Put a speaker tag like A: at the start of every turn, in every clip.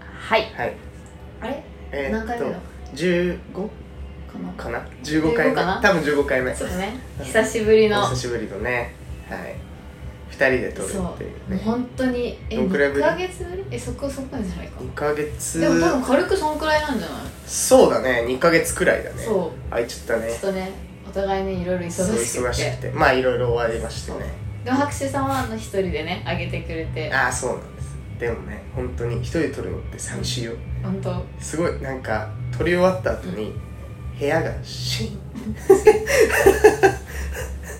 A: はい
B: はい
A: あれ
B: えー
A: 何
B: っ
A: 回目だ
B: と15
A: かな
B: かな15回目
A: 15かな
B: 多分15回目
A: そうね久しぶりの
B: お
A: そ
B: 久しぶりのねはい2人で撮る
A: う
B: っていう
A: もう
B: ね
A: 本当にえ
B: どんくらいぶり
A: 2ヶ月ぶりえそこそこなんじゃないか
B: 2ヶ月
A: でも多分軽くそんくらいなんじゃない、
B: そうだね2ヶ月くらいだね
A: そ
B: 空いちゃっ
A: うち
B: た
A: ょ
B: ね
A: っとねお互いねいろいろ忙し
B: そう
A: くて
B: 忙しくてまあいろいろ終わりましてね
A: でも博士さんはあの一人でねあげてくれて
B: ああそうなんですでもね本当に一人で撮るのって寂しいよ
A: 本当
B: すごいなんか撮り終わった後に部屋がシーン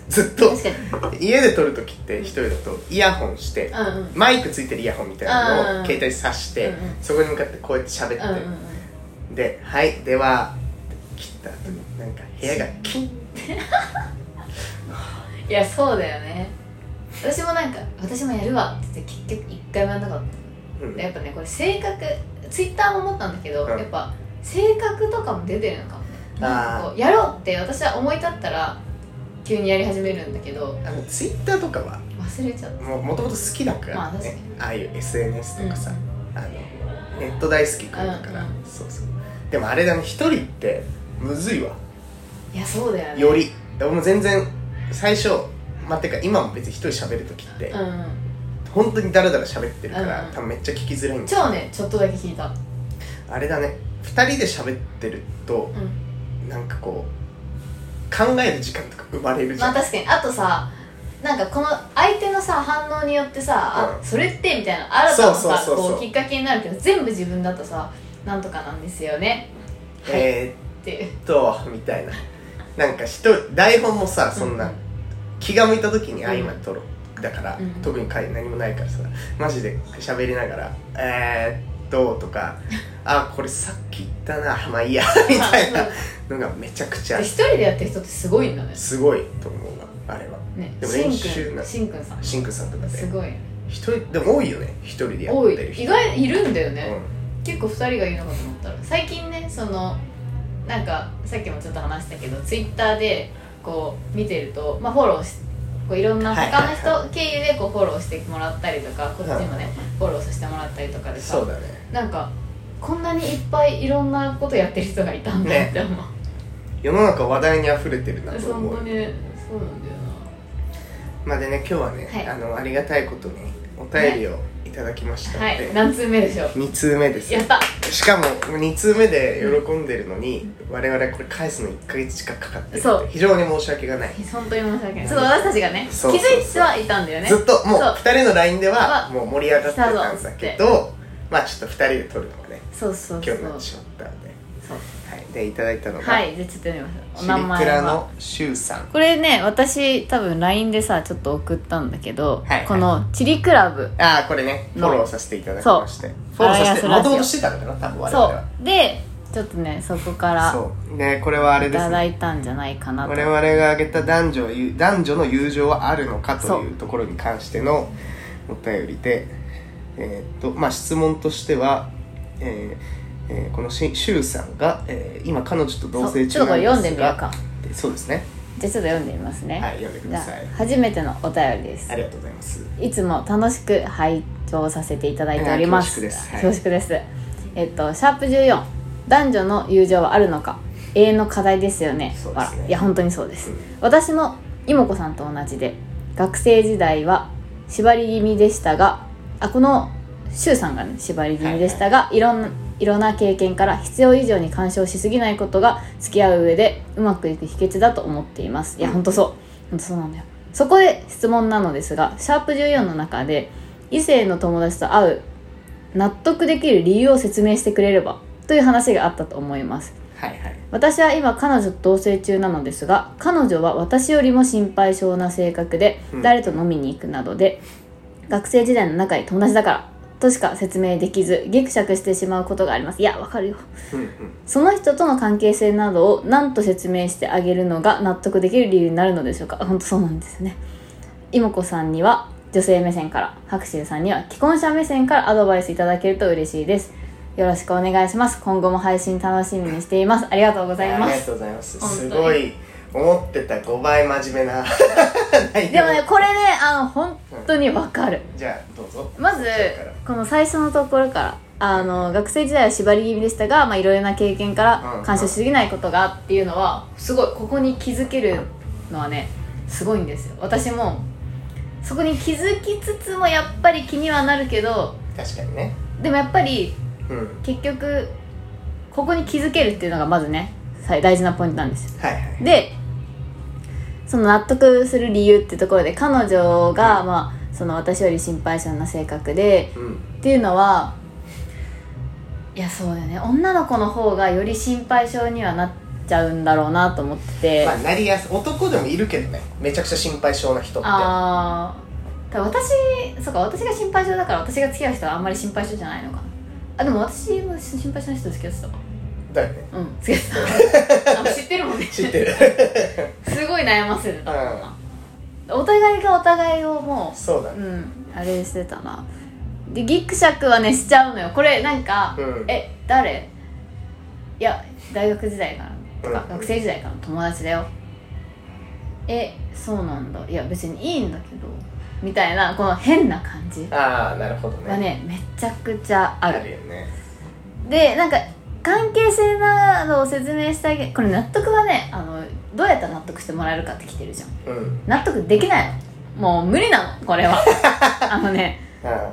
B: ずっと
A: 確かに
B: 家で撮る時って一人だとイヤホンして
A: うんうん
B: マイクついてるイヤホンみたいなの
A: あ
B: を
A: ー
B: 携帯挿して、
A: うんうん
B: そこに向かってこうやって喋って、
A: うんうんうん
B: で「はいでは」切った後になんか部屋がキン
A: いやそうだよね私もなんか私もやるわって言って結局一回もやんなかった
B: うん
A: やっぱねこれ性格ツイッターも思ったんだけど、
B: うん
A: やっぱ性格とかも出てるのかもねなんかこうやろうって私は思い立ったら急にやり始めるんだけど
B: あのツイッターとかは
A: 忘れちゃった
B: ももともと好きだから、ね
A: まあ確かに
B: ああいう SNS とかさ、
A: う
B: あのネット大好きくんだから、
A: うんう
B: そうそうでもあれだね一人ってむずいわ
A: んいやそうだよね
B: より俺も全然最初まあ、てか今も別に一人喋る時って、
A: うんうん
B: 本当にダラダラ喋ってるから、
A: うんうん
B: 多分めっちゃ聞きづらいんだ
A: 超ねちょっとだけ聞いたうん
B: あれだね二人で喋ってるとなんかこう考える時間とか生まれるじゃ
A: ま
B: ん、
A: あ確かにあとさなんかこの相手のさ反応によってさ、
B: う
A: あそれってみたいな新たなさ
B: そうそうそうそう
A: こうきっかけになるけど全部自分だとさなんとかなんですよね
B: え
A: っていう
B: ー、っとみたいななんか人台本もさそんな、
A: うん
B: 気が向いた時に「あ
A: うん
B: 今撮ろう」だから、
A: うん
B: 特に回何もないからさマジで喋りながら「えー、っと」と か「あこれさっき言ったなまあいいや」みた いなのがめちゃくちゃ
A: で一人でやってる人ってすごいんだね
B: すごいと思うわあれは
A: ね
B: でも
A: しん
B: 練
A: くん
B: 習な
A: しんくんさん
B: シンクさんとか
A: す
B: で
A: ごい
B: 一人でも多いよね一人でやっ
A: 多
B: てる
A: い
B: 人
A: 意外いるんだよ
B: う
A: ね、
B: ん
A: 結構2人がいるのかと思ったら最近ねそのなんかさっきもちょっと話したけどツイッターでこう見てると、まあ、フォローしこういろんな
B: はい
A: 他の人経由でこうフォローしてもらったりとかこっちもねフォローさせてもらったりとかで
B: そ
A: さ
B: うだね
A: なんかこんなにいっぱいいろんなことやってる人がいたんだって思う、
B: 世の中話題に溢れてるなと
A: そ
B: 思
A: ん
B: う
A: なねそうなんだよ
B: まあでね今日はね、
A: はい
B: あのありがたいことにお便りをいただきまし
A: な
B: たの
A: はい
B: で、
A: 何通目でしょう
B: 二通目です
A: やった
B: しかも2通目で喜んでるのに、我々これ返すの1ヶ月近くかかってる
A: そう
B: 非常に申し訳がない、
A: 本当に申し訳ないちょっと私たちがね
B: そうそうそう
A: 気づいてはいたんだよね
B: ずっともう
A: そう
B: 2人の LINE では
A: は
B: もう盛り上がってたんだけ
A: 来た
B: どまあちょっと2人で撮るのがね
A: そうそうそ
B: 今
A: う
B: 日になってしまったので、
A: そう
B: はい、でいただいたのが、
A: はいじゃあちょっと読みます
B: シ
A: お名
B: リク
A: 前
B: ラ
A: は
B: のシュウさん
A: これね私多分 LINE でさちょっと送ったんだけど、
B: はいはい
A: この「チリクラブ
B: ああこれねフォローさせていただきましてフォローさせて
A: バランスラジ
B: もと
A: オ
B: もとしてたのかな多分」我々
A: そ
B: は
A: うでちょっとねそこから
B: そうねこれはあれ
A: い
B: です
A: ただ
B: ね
A: いたんじゃないかなと
B: 我々が挙げた男女ゆ男女の友情はあるのかと
A: そ
B: いう
A: う
B: ところに関してのお便りで、えーっとまあ、質問としては、えーえーこのしシュウさんが、えー今彼女と同棲中
A: そうちょっとこれ
B: な
A: 読
B: ん
A: んで
B: です
A: みよう
B: が
A: か
B: でそうですね
A: じゃあちょっと読んでみますね
B: はい読んでください
A: じゃあ初めてのお便りです
B: ありがとうございます
A: いつも楽しく拝聴させていただいております。
B: いや恐縮ですはい
A: 恐縮ですえっと、シャープ14、男女の友情はあるのか、永遠の課題ですよね。
B: そうですね
A: あらいや、本当にそうです。
B: うん
A: 私も、いもこさんと同じで、学生時代は縛り気味でしたが、あ、この、シュウさんがね、縛り気味でしたが、いろんな、いろんな経験から必要以上に干渉しすぎないことが付き合う上でうまくいく秘訣だと思っています。いや、
B: うん
A: 本当そう。本当そうなんだよそこで質問なのですがシャープ14の中で異性の友達と会う納得できる理由を説明してくれればという話があったと思います
B: はいはい
A: 私は今彼女と同棲中なのですが彼女は私よりも心配性な性格で、
B: うん
A: 誰と飲みに行くなどで学生時代の仲いい友達だからとしか説明できずギクシャクしてしまうことがありますいやわかるよ
B: うんうん
A: その人との関係性などを何と説明してあげるのが納得できる理由になるのでしょうか本当そうなんですねいもこさんには女性目線から白秋さんには既婚者目線からアドバイスいただけると嬉しいですよろしくお願いします今後も配信楽しみにしていますありがとうございま
B: ありが
A: す
B: とうございます
A: 本当
B: す
A: に
B: ごい思ってた5倍真面目な 内
A: で
B: 容
A: もねこれねあの本当にわかる
B: じゃあどうぞ
A: まず
B: そっちから
A: この最初のところからあの学生時代は縛り気味でしたが、まあ、いろいろな経験か
B: う
A: ら
B: ん
A: 感謝しすぎないことがっていうのはすごいここに気づけるのはねすごいんですよ私もそこに気づきつつもやっぱり気にはなるけど
B: 確かにね
A: でもやっぱり
B: うんはい
A: 結局ここに気づけるっていうのがまずね最大事なポイントなんですよ
B: はい
A: でその納得する理由ってところで彼女が、まあ、その私より心配性な性格で
B: うん
A: っていうのはいやそうだよね女の子の方がより心配性にはなっちゃうんだろうなと思ってて、
B: まあなりやす男でもいるけどねめちゃくちゃ心配性な人って
A: あーだから私そうか私が心配性だから私が付き合う人はあんまり心配性じゃないのかなあでも私も心配性な人付き合ってたわ
B: だよね
A: うん付き合ってたあ知ってるもんね
B: 知って る
A: すごい悩ませてたもんな、お互いがお互いをも
B: そうだ
A: う、う
B: ね
A: ん、あれしてたなでギクシャクはねしちゃうのよこれなんか、
B: うん
A: え誰いや大学時代からとか、
B: うん
A: 学生時代からの友達だよえそうなんだいや別にいいんだけどみたいなこの変な感じ
B: ああなるほどね
A: がねめちゃくちゃあ
B: あ
A: る
B: るよね
A: でなんか関係性などを説明してあげこれ納得はねあのどうやったら納得してもらえるかって来てるじゃん
B: うん
A: 納得できないのもう無理なのこれ はあのね
B: あ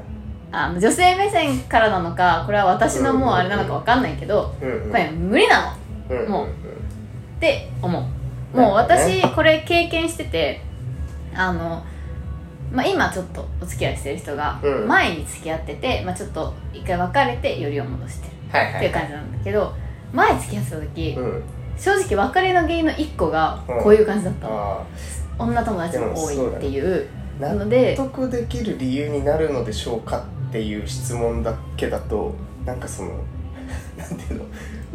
A: あの女性目線からなのかこれは私のもうあれなのかわかんないけど
B: ーうんうん
A: これ無理なの
B: うんうん
A: もうって思うもう
B: なんか
A: 私
B: ね
A: これ経験しててあの、まあ、今ちょっとお付き合いしてる人が
B: うん
A: 前に付き合ってて、まあ、ちょっと一回別れてよりを戻してる
B: はい
A: っ
B: は
A: ていう
B: い
A: 感じなんだけど前付き合ってた時、
B: うん
A: 正直別れの原因の1個がこういう感じだったの、
B: あ
A: 女友達も多いっていう
B: あ
A: な
B: 納
A: ので
B: 得できる理由になるのでしょうかっていう質問だけだとなんかその なんていうの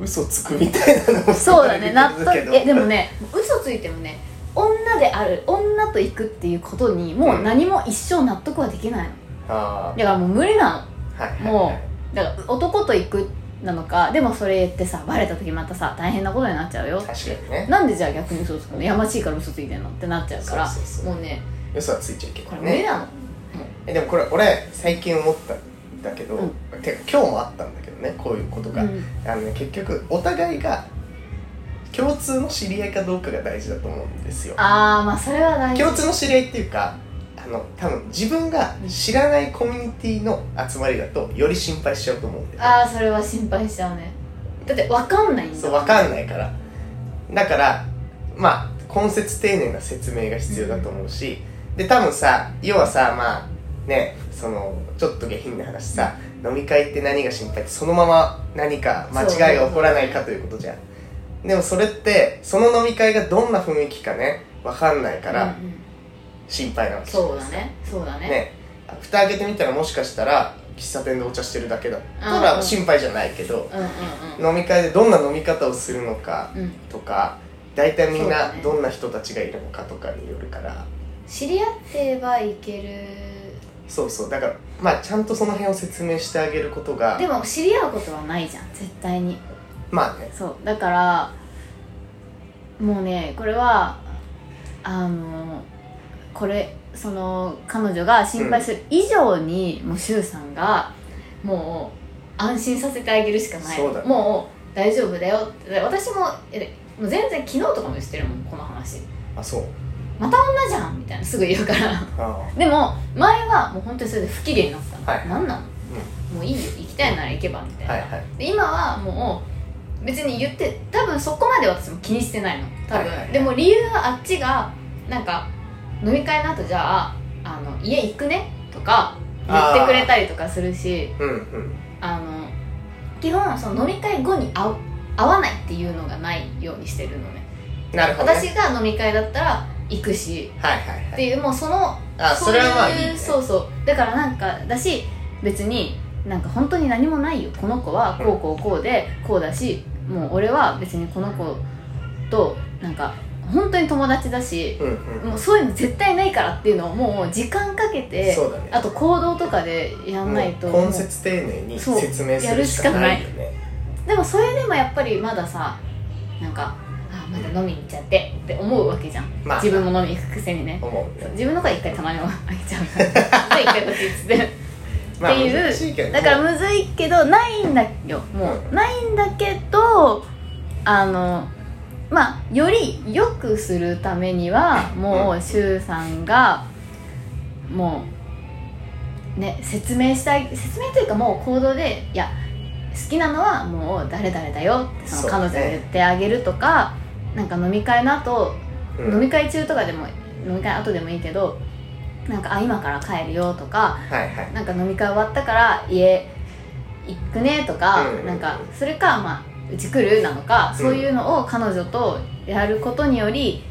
B: 嘘つくみたいなのも
A: そうだ ね納
B: 含ま
A: 得
B: れてるけど
A: えでもね嘘ついてもね女である女と行くっていうことにもう何も一生納得はできないの
B: あ
A: だからもう無理な
B: あはいはいはい
A: のもうだから男と行くなのかでもそれってさバレた時またさ大変なことになっちゃうよ
B: 確かにね
A: なんでじゃあ逆に嘘つくのやましいから嘘ついてんのってなっちゃうから
B: そうそうそう
A: もうね
B: 嘘はついちゃいけ
A: こ
B: な
A: れ
B: い
A: 無理
B: ね
A: なの、
B: えでもこれ俺最近思ったんだけど、
A: うん
B: てか今日もあったんだけどねこういうことが、
A: うん
B: あのね結局お互いが共通の知り合いかどうかが大事だと思うんですよ
A: ああまあそれは大事
B: 共通の知り合いっていうかあの多分自分が知らないコミュニティの集まりだとより心配しちゃうと思うんだよね
A: ああそれは心配しちゃうねだって分かんないんだ
B: そう分かんないからだからまあ根節丁寧な説明が必要だと思うし、で多分さ要はさまあねそのちょっと下品な話さ飲み会って何が心配ってそのまま何か間違いが起こらないかということじゃんでもそれってその飲み会がどんな雰囲気かね分かんないから
A: うんうん
B: 心配なわけじゃん
A: そうだねそうだね
B: ね蓋開けてみたらもしかしたら喫茶店でお茶してるだけだった
A: う
B: ら
A: ん
B: 心配じゃないけど
A: うんうんうん
B: 飲み会でどんな飲み方をするのか
A: うん、
B: とか大体みん
A: そうだ
B: な
A: ね
B: どんな人たちがいるのかとかによるから
A: 知り合ってはいける
B: そうそうだからまあちゃんとその辺を説明してあげることが
A: でも知り合うことはないじゃん絶対に
B: まあね
A: そうだからもうねこれはあのこれその彼女が心配する以上に、もう柊さんがもう安心させてあげるしかない
B: そうだね
A: もう大丈夫だよって私もえもう全然昨日とかもしてるもんこの話
B: あそう
A: 女じゃんみたいなすぐ言うから
B: あ
A: でも前はもう本当にそれで不機嫌になったの、
B: はい
A: なんなのもういいよ行きたいなら行けばみた
B: あ
A: いな、
B: はいはい
A: で今はもう別に言って多分そこまで私も気にしてないの多分、
B: はいはいはい
A: でも理由はあっちがなんか飲み会の後じゃああの家行くねとか言ってくれたりとかするし
B: うんうん
A: あの基本その飲み会後に会う会わないっていうのがないようにしてるのね
B: なるほど、ね、
A: 私が飲み会だったら行くし
B: はいはいは
A: っ
B: い
A: ていうもうその
B: あそれはまあ
A: そう
B: いい、
A: いう
B: ね、
A: そうそうだからなんかだし別になんか本当に何もないよこの子はこうこうこうでこうだしもう俺は別にこの子となんか本当に友達だし
B: うんうん
A: もうそういうの絶対ないからっていうのをもう時間かけて
B: そうだね
A: あと行動とかでやんないと
B: もう
A: もう
B: 根節丁寧に
A: そう
B: 説明す
A: や
B: る
A: るし
B: しか
A: か
B: な
A: ない
B: いよね
A: でもそれでもやっぱりまださなんかあまだ飲みに行っちゃってって思うわけじゃん、
B: まあ
A: 自分も飲みに行くくせにね
B: 思うね
A: 自分の声一回たまにもあげちゃうから一回だけっつってってい
B: まあ難しいけ
A: う、
B: ど
A: だからむずいけどないんだよもう、
B: うん
A: ないんだけどあのまあより良くするためにはも
B: う
A: う周さんがもうね説明したい説明というかもう行動でいや好きなのはもう誰々だよってその彼女
B: そう
A: に
B: ね
A: 言ってあげるとか、なんか飲み会の後
B: うん
A: 飲み会中とかでも飲み会後でもいいけどなんかあ今から帰るよとか
B: はいはい
A: なんか飲み会終わったから家行くねとか、
B: うん
A: なんかそれかまあうち来るなのか、
B: ん
A: そういうのを彼女とやることにより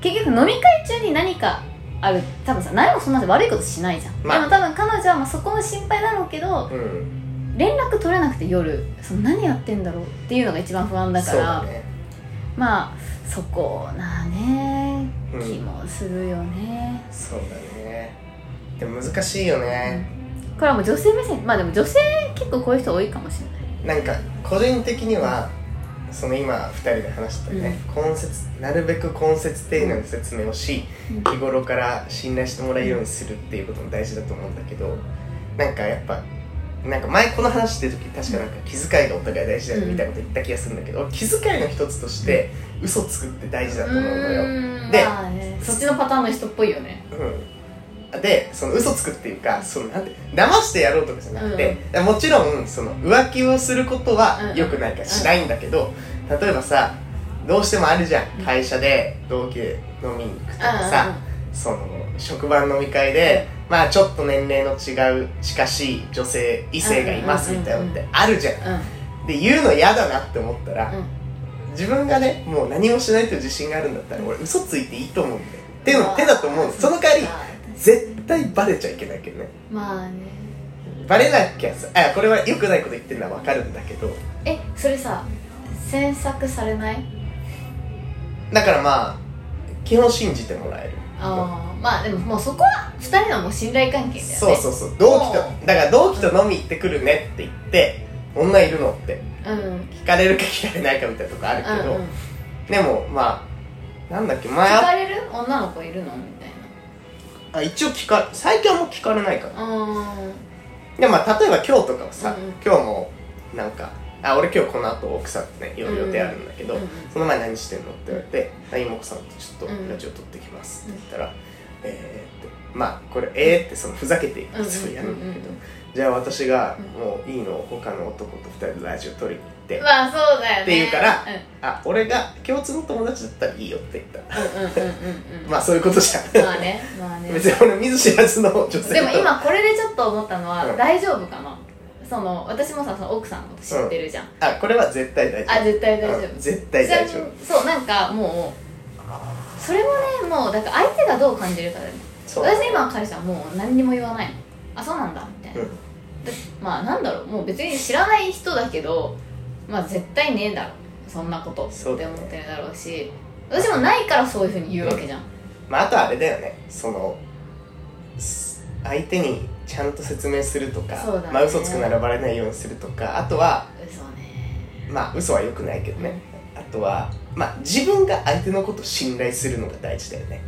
A: 結局飲み会中に何かある多分さ何もそんな悪いことしないじゃん、
B: まあ
A: でも多分彼女はまあそこの心配だろうけど
B: うん
A: 連絡取れなくて夜その何やってんだろうっていうのが一番不安だか
B: そう
A: ら
B: だね
A: まあそこなね
B: うん
A: 気もするよね、
B: そうだねでも難しいよね、
A: これはもう女性目線まあでも女性結構こういう人多いかもしれない
B: なんか個人的にはその今2人で話したね、根節なるべく根節丁寧な説明をし、
A: うん
B: 日頃から信頼してもらえるようにするっていうことも大事だと思うんだけどなんかやっぱなんか前この話してる時確かなんか気遣いがお互い大事だよみたいなこと言った気がするんだけど、気遣いの一つとして嘘つくって大事だと思うのよ、
A: うーん
B: で
A: まあね、そっちのパターンの人っぽいよね
B: うん、でその嘘つくっていうかそのなんて騙してやろうとかじゃなくて、もちろんその浮気をすることは
A: うん
B: 良くないからしないんだけど、例えばさどうしてもあるじゃん
A: うん
B: 会社で同期で飲みに行くとかさ、その職場の飲み会で、まあちょっと年齢の違う近しい女性異性がいますみたいなのってあるじゃん
A: うんうん
B: で言うの嫌だなって思ったら、
A: うん
B: 自分がねもう何もしないという自信があるんだったら俺嘘ついていいと思うんだよっていうの手だと思うんですその代わり絶対バレちゃいけないけどね
A: まあね
B: バレなきゃさあこれは良くないこと言ってるのは分かるんだけど
A: えそれさ詮索されない
B: だからまあ基本信じてもらえる
A: ああまあでももうそこは2人のもう信頼関係だよね
B: そうそうそう同期と
A: も
B: だから同期と飲み行ってくるねって言って女いるのって
A: うんうん
B: 聞かれるか聞かれないかみたいなとこあるけど、
A: うん
B: でもまあなんだっけ前
A: 聞
B: あ
A: かれる女の子いるのみたい
B: あ一応聞か最近はもう聞かれないから
A: なうん
B: でもまあ例えば今日とかはさ、
A: うんうん
B: 今日もなんかあ俺今日この後奥さんとね寄る予定あるんだけど、
A: うんうん
B: その前何してんのって言われて「あ妹さんとちょっ
A: うん
B: とラジオ撮ってきます」って言ったら「えー」ってまあこれ「えー」ってそのふざけていくつもりやるんだけど、
A: うんうんうんうん
B: じゃあ私がもういいの他の男と二人でラジオ撮りに行って、
A: まあそうだよね
B: っていうから
A: うん
B: あ俺が共通の友達だったらいいよって言ったら
A: うんうんうんうんうん
B: まあそういうことじゃん、
A: まあねまあね
B: 別に俺見ず知らずの女性と
A: でも今これでちょっと思ったのは、
B: うん
A: 大丈夫かなその私もさその奥さんのこと知ってるじゃん、
B: あこれは絶対大丈
A: あ絶対大丈
B: う
A: 夫
B: ん絶対大丈夫
A: ちなみにそうなんかもうそれもねもうだから相手がどう感じるかだよね
B: 夫そう
A: 私今の彼氏はもう何にも言わないのあそうなんだみたいな、
B: うん
A: でまあなんだろうもう別に知らない人だけどまあ絶対ねえだろそんなことって
B: そ
A: 思
B: う
A: っ
B: だね
A: てるだろうし私もないからそういうふうに言うわけじゃん、
B: まあ、あとはあれだよねそのす相手にちゃんと説明するとか、
A: そうだね
B: まあ嘘つくならバレないようにするとかあとは
A: 嘘ね
B: まあ嘘は良くないけどね、あとはまあ自分が相手のことを信頼するのが大事だよね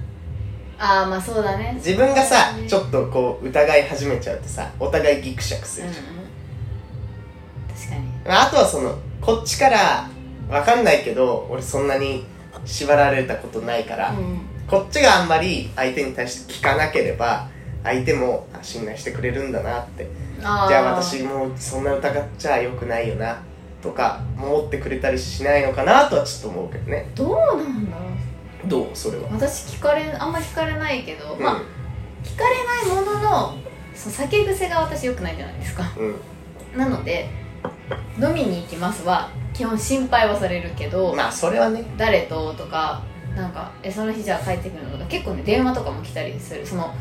A: ああまあそうだね
B: 自分がさ、
A: そうだね
B: ちょっとこう疑い始めちゃうとさお互いギクシャクす
A: うん
B: る
A: うん
B: じゃん、
A: 確かに
B: まあ、あとはそのこっちからわかんないけど俺そんなに縛られたことないから、
A: う
B: こっちがあんまり相手に対して聞かなければ相手もあ信頼してくれるんだなって
A: ん、あー
B: じゃあ私もうそんな疑っちゃよくないよなとか思ってくれたりしないのかなとはちょっと思うけどね
A: どうなんだろう
B: どうそれは
A: 私聞かれあんま聞かれないけど、
B: うん、
A: まあ聞かれないもののその酒癖が私良くないじゃないですかなので飲みに行きますは基本心配はされるけ
B: う
A: ど、
B: ん、まあそれはね
A: 誰ととかなんかえその日じゃあ帰ってくるのとか結構ね電話とかも来たりするその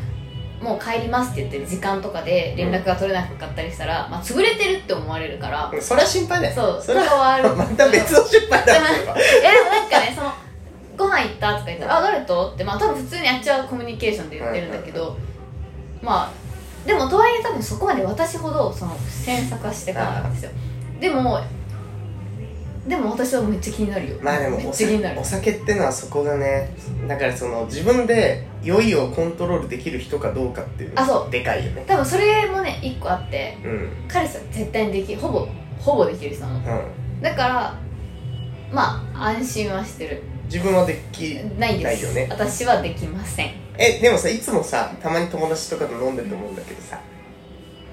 A: もう帰りますって言ってる時間とかで連絡が取れなかったりしたら、まあ、潰れてるって思われるから、
B: それは心配だよ
A: そうそ
B: れ
A: れ
B: は
A: はある
B: また別の心配だよそれは
A: えでもなんかねその「ご飯行った?」とか言ったら「あ誰と?」ってまあ多分普通にやっちゃうコミュニケーションで言ってるんだけど、まあでもとはいえ多分そこまで私ほどその詮索はしてこないんですよでもでも私はめっちゃ気になるよ
B: まあで
A: め
B: も
A: っ
B: お
A: ちゃ気
B: 酒
A: になる
B: お酒ってのはそこがねだからその自分で酔いをコントロールできる人かどうかっていうのが
A: あそう
B: でかいよね
A: 多分それもね一個あって
B: うんうん
A: 彼氏は絶対にできほぼほぼできる人なのだからまあ安心はしてる
B: 自分はでき
A: ないです
B: ないよね
A: 私はできません
B: えでもさいつもさたまに友達とかと飲んでると思うんだけどさ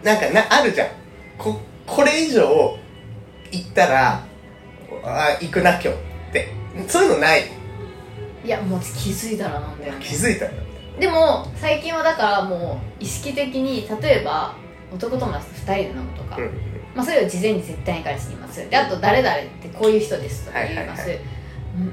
B: なんかなあるじゃんここれ以上行ったらあ行くな今日ってそういうのない
A: いやもう気づいたらなんだよね
B: 気づいたんだ
A: でも最近はだからもう意識的に例えば男友達と2人で飲むとか、
B: うん
A: まあ、それを事前に絶対に彼氏に言いますであと誰々ってこういう人ですとか言います、
B: はい
A: うん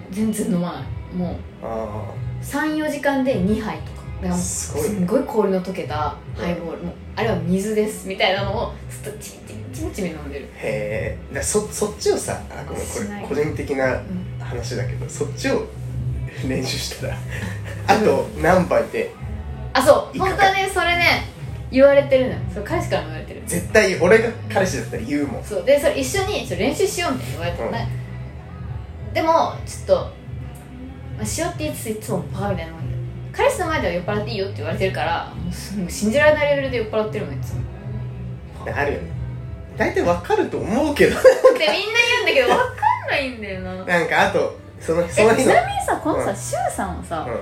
A: 全然飲まないもう
B: あ
A: 34時間で2杯とかだから
B: あ
A: もう
B: すごい
A: す
B: ね
A: っごい氷の溶けたハイボールもうあれは水ですみたいなのをずっとチンチンチンチン飲んでる
B: へえそそっちをさあごめんこ
A: しない
B: れ個人的な
A: うん
B: 話だけどそっちを練習したらあと何杯で
A: あそう
B: いいか
A: 本当はねそれね言われてるのよそれ彼氏からも言われてる
B: 絶対俺が彼氏だったら言うもん
A: そうでそれ一緒にちょっと練習しようみたいに言われたのね、でもちょっと、まあ、しようって言いつついつもバーみたいなの彼氏の前では酔っ払っていいよって言われてるからもうすもう信じられないレベ ルで酔っ払ってるもんいつも
B: あるよね大体わかると思うけど
A: でみんな言うんだけど分かんないんだ よな
B: なんかあとそのその
A: え
B: 日
A: ち
B: の
A: なみにさこの
B: う
A: さ
B: ん
A: 柊、さんはさ、
B: うん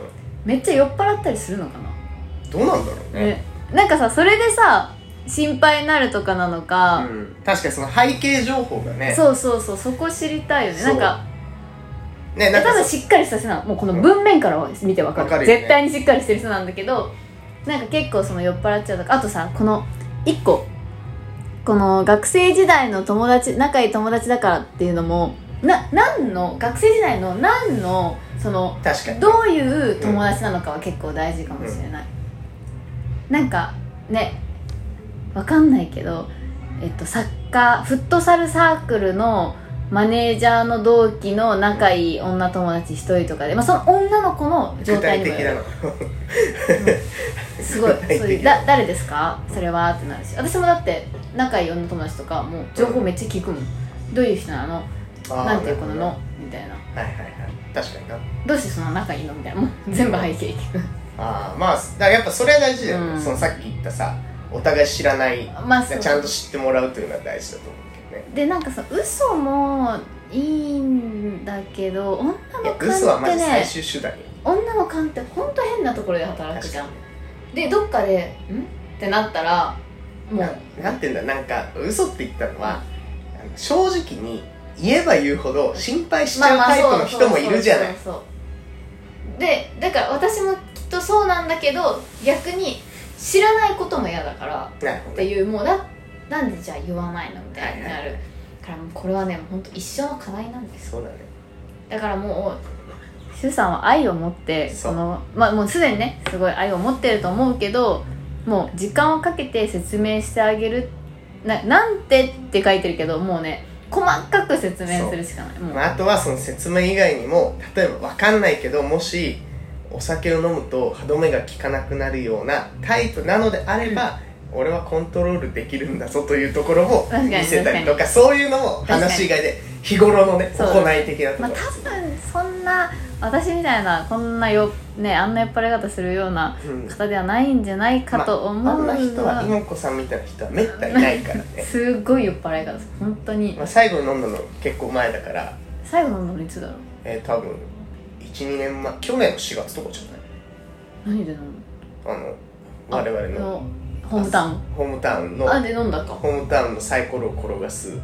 A: めっちゃ酔っ払ったりするのかな、
B: どうなんだろうね、
A: ねなんかさそれでさ心配になるとかなの
B: う
A: か、
B: ん、確かにその背景情報がね
A: そうそうそうそこ知りたいよねなんか
B: ねなん
A: 多
B: か
A: 分
B: そ
A: しっかりした人なのもうこの文面からは見てわかる
B: わかるよね
A: 絶対にしっかりしてる人なんだけどなんか結構その酔っ払っちゃうとかあとさこの1個この学生時代の友達仲いい友達だからっていうのもな何の学生時代の何のその
B: 確かに
A: どういう友達なのかは結構大事かもしれない、なんかねわかんないけど、えっと、サッカーフットサルサークルのマネージャーの同期の仲いい女友達一人とかで、まあ、その女の子の状
B: 具
A: 態
B: 体
A: にも
B: 的
A: よ
B: な
A: る
B: の
A: すごい
B: 具 体的
A: そういうだ誰ですかそれはってなるし私もだって仲いい女友達とかもう情報めっちゃ聞くもんどういう人なの
B: あー
A: なんていう子な
B: なる
A: のみたいな
B: ほどはいはいはい確かにな
A: どうしてそんな仲いいのみたいなもう全部背景聞く
B: ああまあだからやっぱそれは大事だよね、
A: うん
B: そのさっき言ったさお互い知らない
A: まあそう
B: ちゃんと知ってもらうというのは大事だと思うけどね
A: でなんかさ嘘もいいんだけど女
B: いや
A: の
B: 嘘は
A: 勘っ
B: マジ
A: て
B: 最
A: ね
B: 終手段よ
A: 女の勘ってほんと変なところで働く
B: 確
A: じ
B: か
A: ゃんでどっかで「ん?」ってなったら
B: に
A: も
B: な
A: う
B: なんていうんだなんか嘘って言ったのは、あの正直に言えば言うほど心配しちゃうタイプの人もいるじゃない、
A: そうそうそうそうでだから私もきっとそうなんだけど逆に知らないことも嫌だから
B: なるほ
A: っ
B: ど
A: て
B: ね
A: いうもうななんでじゃあ言わないのみたいにな
B: はいはい
A: るだからもうこれはねほんと一生の課題なんです
B: そうだね
A: だからもう周さんは愛を持って
B: そ
A: こ
B: う
A: の、まあ、もうすでにねすごい愛を持ってると思うけどもう時間をかけて説明してあげるななんてって書いてるけどもうね細かく説明するしかないもう、
B: まあ、あとはその説明以外にも例えば分かんないけどもしお酒を飲むと歯止めが効かなくなるようなタイプなのであれば、俺はコントロールできるんだぞというところを
A: かに
B: 見せたりとかそういうのも話以外で日頃のね
A: そう
B: 行い的なとこ
A: まあ、
B: ろ
A: 多
B: ですね、
A: 分そんな私みたいなこんなよ、ね、あんな酔っ払い方するような
B: うん
A: 方ではないんじゃないかと思う
B: まあ
A: が、
B: あんな人は妹子さんみたいな人はめったにない からね、
A: すごい酔っ払い方です本当に
B: まあ、最後に飲んだの結構前だから、
A: 最後の飲むのいつだろう
B: えー多分12年前去年の4月とかじゃ
A: 何で飲むの
B: ないあの我々
A: あ
B: の
A: ホームタウン
B: ホームタウンの
A: あで飲んだか
B: ホームタウンのサイコロを転がす居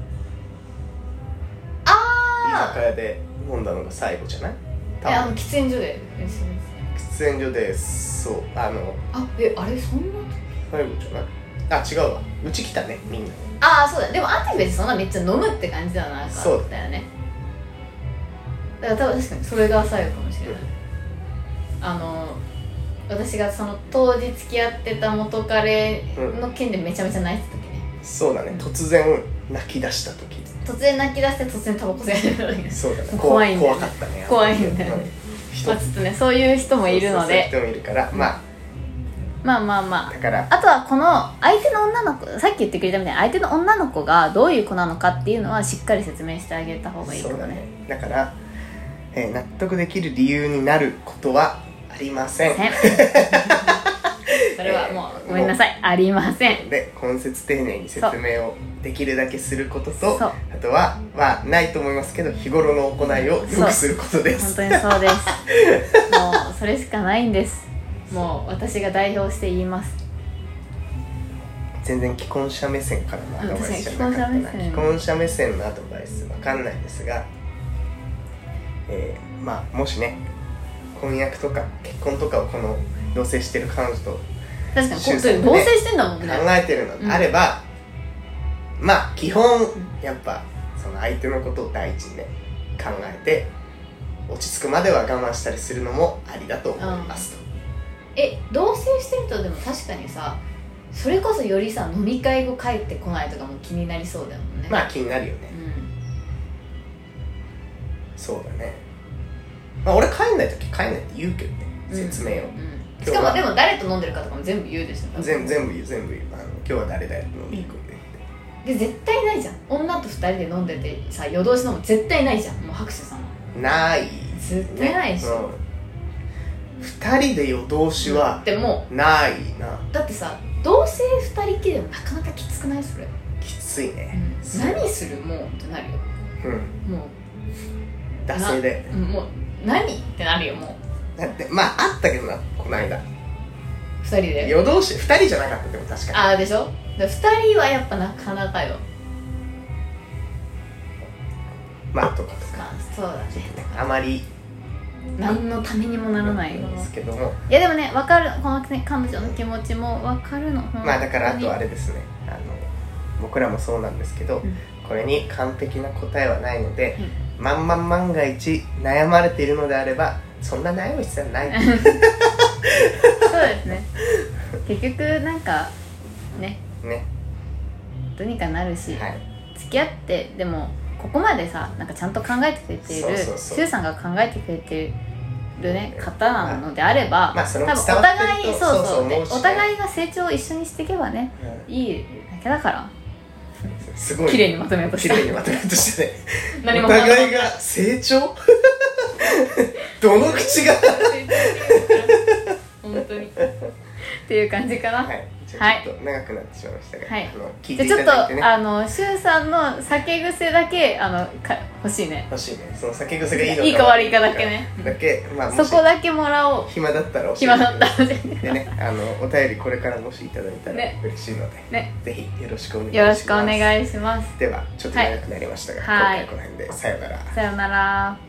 A: あ
B: 酒屋で飲んだのが最後じゃない
A: あえあ
B: 多
A: の
B: 分
A: 喫煙所で
B: 喫煙所でそうあの
A: あえあれそんな
B: 最後じゃないあ違うわうち来たねみんな
A: ああそうだでもあんた別にそんなめっちゃ飲むって感じではなかったよねだから多分確かにそれが最後かもしれない、あの私がその当時付き合ってた元彼の件でめちゃめちゃ泣いてた時ね
B: そうだね突然泣き出した時
A: 突然泣き出して突然タバコ吸い始めた時です
B: そうだね
A: 怖いんだよ
B: 怖
A: ね
B: かったね
A: 怖いんだよね
B: うん人
A: まあちょっとねそういう人もいるので
B: そうそうそういう人もいるからまあ
A: まあまあまあ
B: だから
A: あとはこの相手の女の子さっき言ってくれたみたいに相手の女の子がどういう子なのかっていうのはしっかり説明してあげた方がいいか
B: そ
A: も
B: うだ
A: ね
B: ねだから、えー納得できる理由になることはありません
A: せんそれはも
B: えー
A: うごめんなさいありません
B: で根節丁寧に説明をできるだけすることと
A: そう
B: あとはまあないと思いますけど日頃の行いを良くすることで
A: 本
B: す
A: 当にそうですもうそれしかないんですもう私が代表して言います
B: 全然既婚者目線からのアドバイスじゃなかった
A: うん
B: な
A: 確かに
B: 既
A: 既
B: 婚
A: 婚
B: 者目線のアドバイスわかんないですが、えーまあもしね婚約とか結婚とかをこの同棲してる彼女と
A: 確かにこ
B: 修正ね
A: 同棲してんだもん
B: 考
A: ね
B: えてるのであれば、まあ基本やっぱその相手のことを第一にね考えて落ち着くまでは我慢したりするのもありだと思いますと、
A: え同棲してるとでも確かにさそれこそよりさ飲み会後帰ってこないとかも気になりそうだもんね
B: まあ気になるよね
A: うん
B: そうだねまあ俺帰んない時帰んないって言うけどね
A: うん
B: 説明を、
A: うん、しかもでも誰と飲んでるかとかも全部言うでしょ
B: 全部全部言う全部言うあの今日は誰だよ飲みに行くんで、
A: で絶対ないじゃん女と二人で飲んでてさ夜通しのも絶対ないじゃんもう拍手さんは
B: ない
A: 絶対ないでしょ
B: うん、2人で夜通しは
A: でも
B: ないな
A: だってさ同性二人きりでもなかなかきつくないそれ、
B: きついねそう
A: 何するもうってなるよ
B: うん
A: も
B: 惰性で
A: うもう何ってなるよもう
B: だってまああったけどなこの間
A: 二人で
B: 夜通し2人じゃなかったでも確か
A: ああでしょで二人はやっぱなかなかよ
B: にまあとかとか
A: まあそうだね
B: あまり
A: 何のためにもならないよ
B: んですけども
A: いやでもね分かるこの、ね、彼女の気持ちも分かるの
B: まあだからあとはあ
A: れ
B: れですねあの僕らもそうなんですけど、
A: うん
B: これに完璧な答えはないので、
A: う
B: まんまん万が一悩まれているのであればそんな悩む必要はない
A: そうです ね結局なんかね
B: ね
A: どうにかなるし、
B: はい
A: 付き合ってでもここまでさなんかちゃんと考えてくれてい
B: そう
A: る
B: そうそう
A: 周さんが考えてくれてる、ね、方なのであれば、
B: まあそれ
A: 多
B: も
A: 分
B: 伝
A: お
B: わって
A: 互
B: る
A: い
B: と
A: そうそう
B: そうそう思うしね
A: でお互いが成長を一緒にしていけばねいいだけだから
B: うんすごい
A: 綺麗にまとめようとし
B: 綺
A: た
B: 麗にまとめようとしてね
A: 何
B: お
A: も考え
B: 互いが 成長どの口が
A: 本当にっていう感じかな、
B: はいじゃあちょっと長くなってしまいましたが、
A: はい
B: あの聞
A: じ
B: いて
A: ゃ
B: い
A: ちょったと
B: だいてね
A: あの周さんの酒癖だけあのか欲しいね
B: 欲しいねその酒癖がいいの
A: いいか悪いかだけね
B: だけまあも
A: そ
B: し
A: こだけもらおう
B: 暇だったら教えて
A: 暇だったら
B: でねあのお便りこれからもしいただいたら
A: ね
B: 嬉しいので、
A: ね
B: ぜひよろしくお願いします
A: よろしくお願いします
B: ではちょっと長くなりましたが、
A: はい
B: 今回はこの辺でさようなら
A: さよなら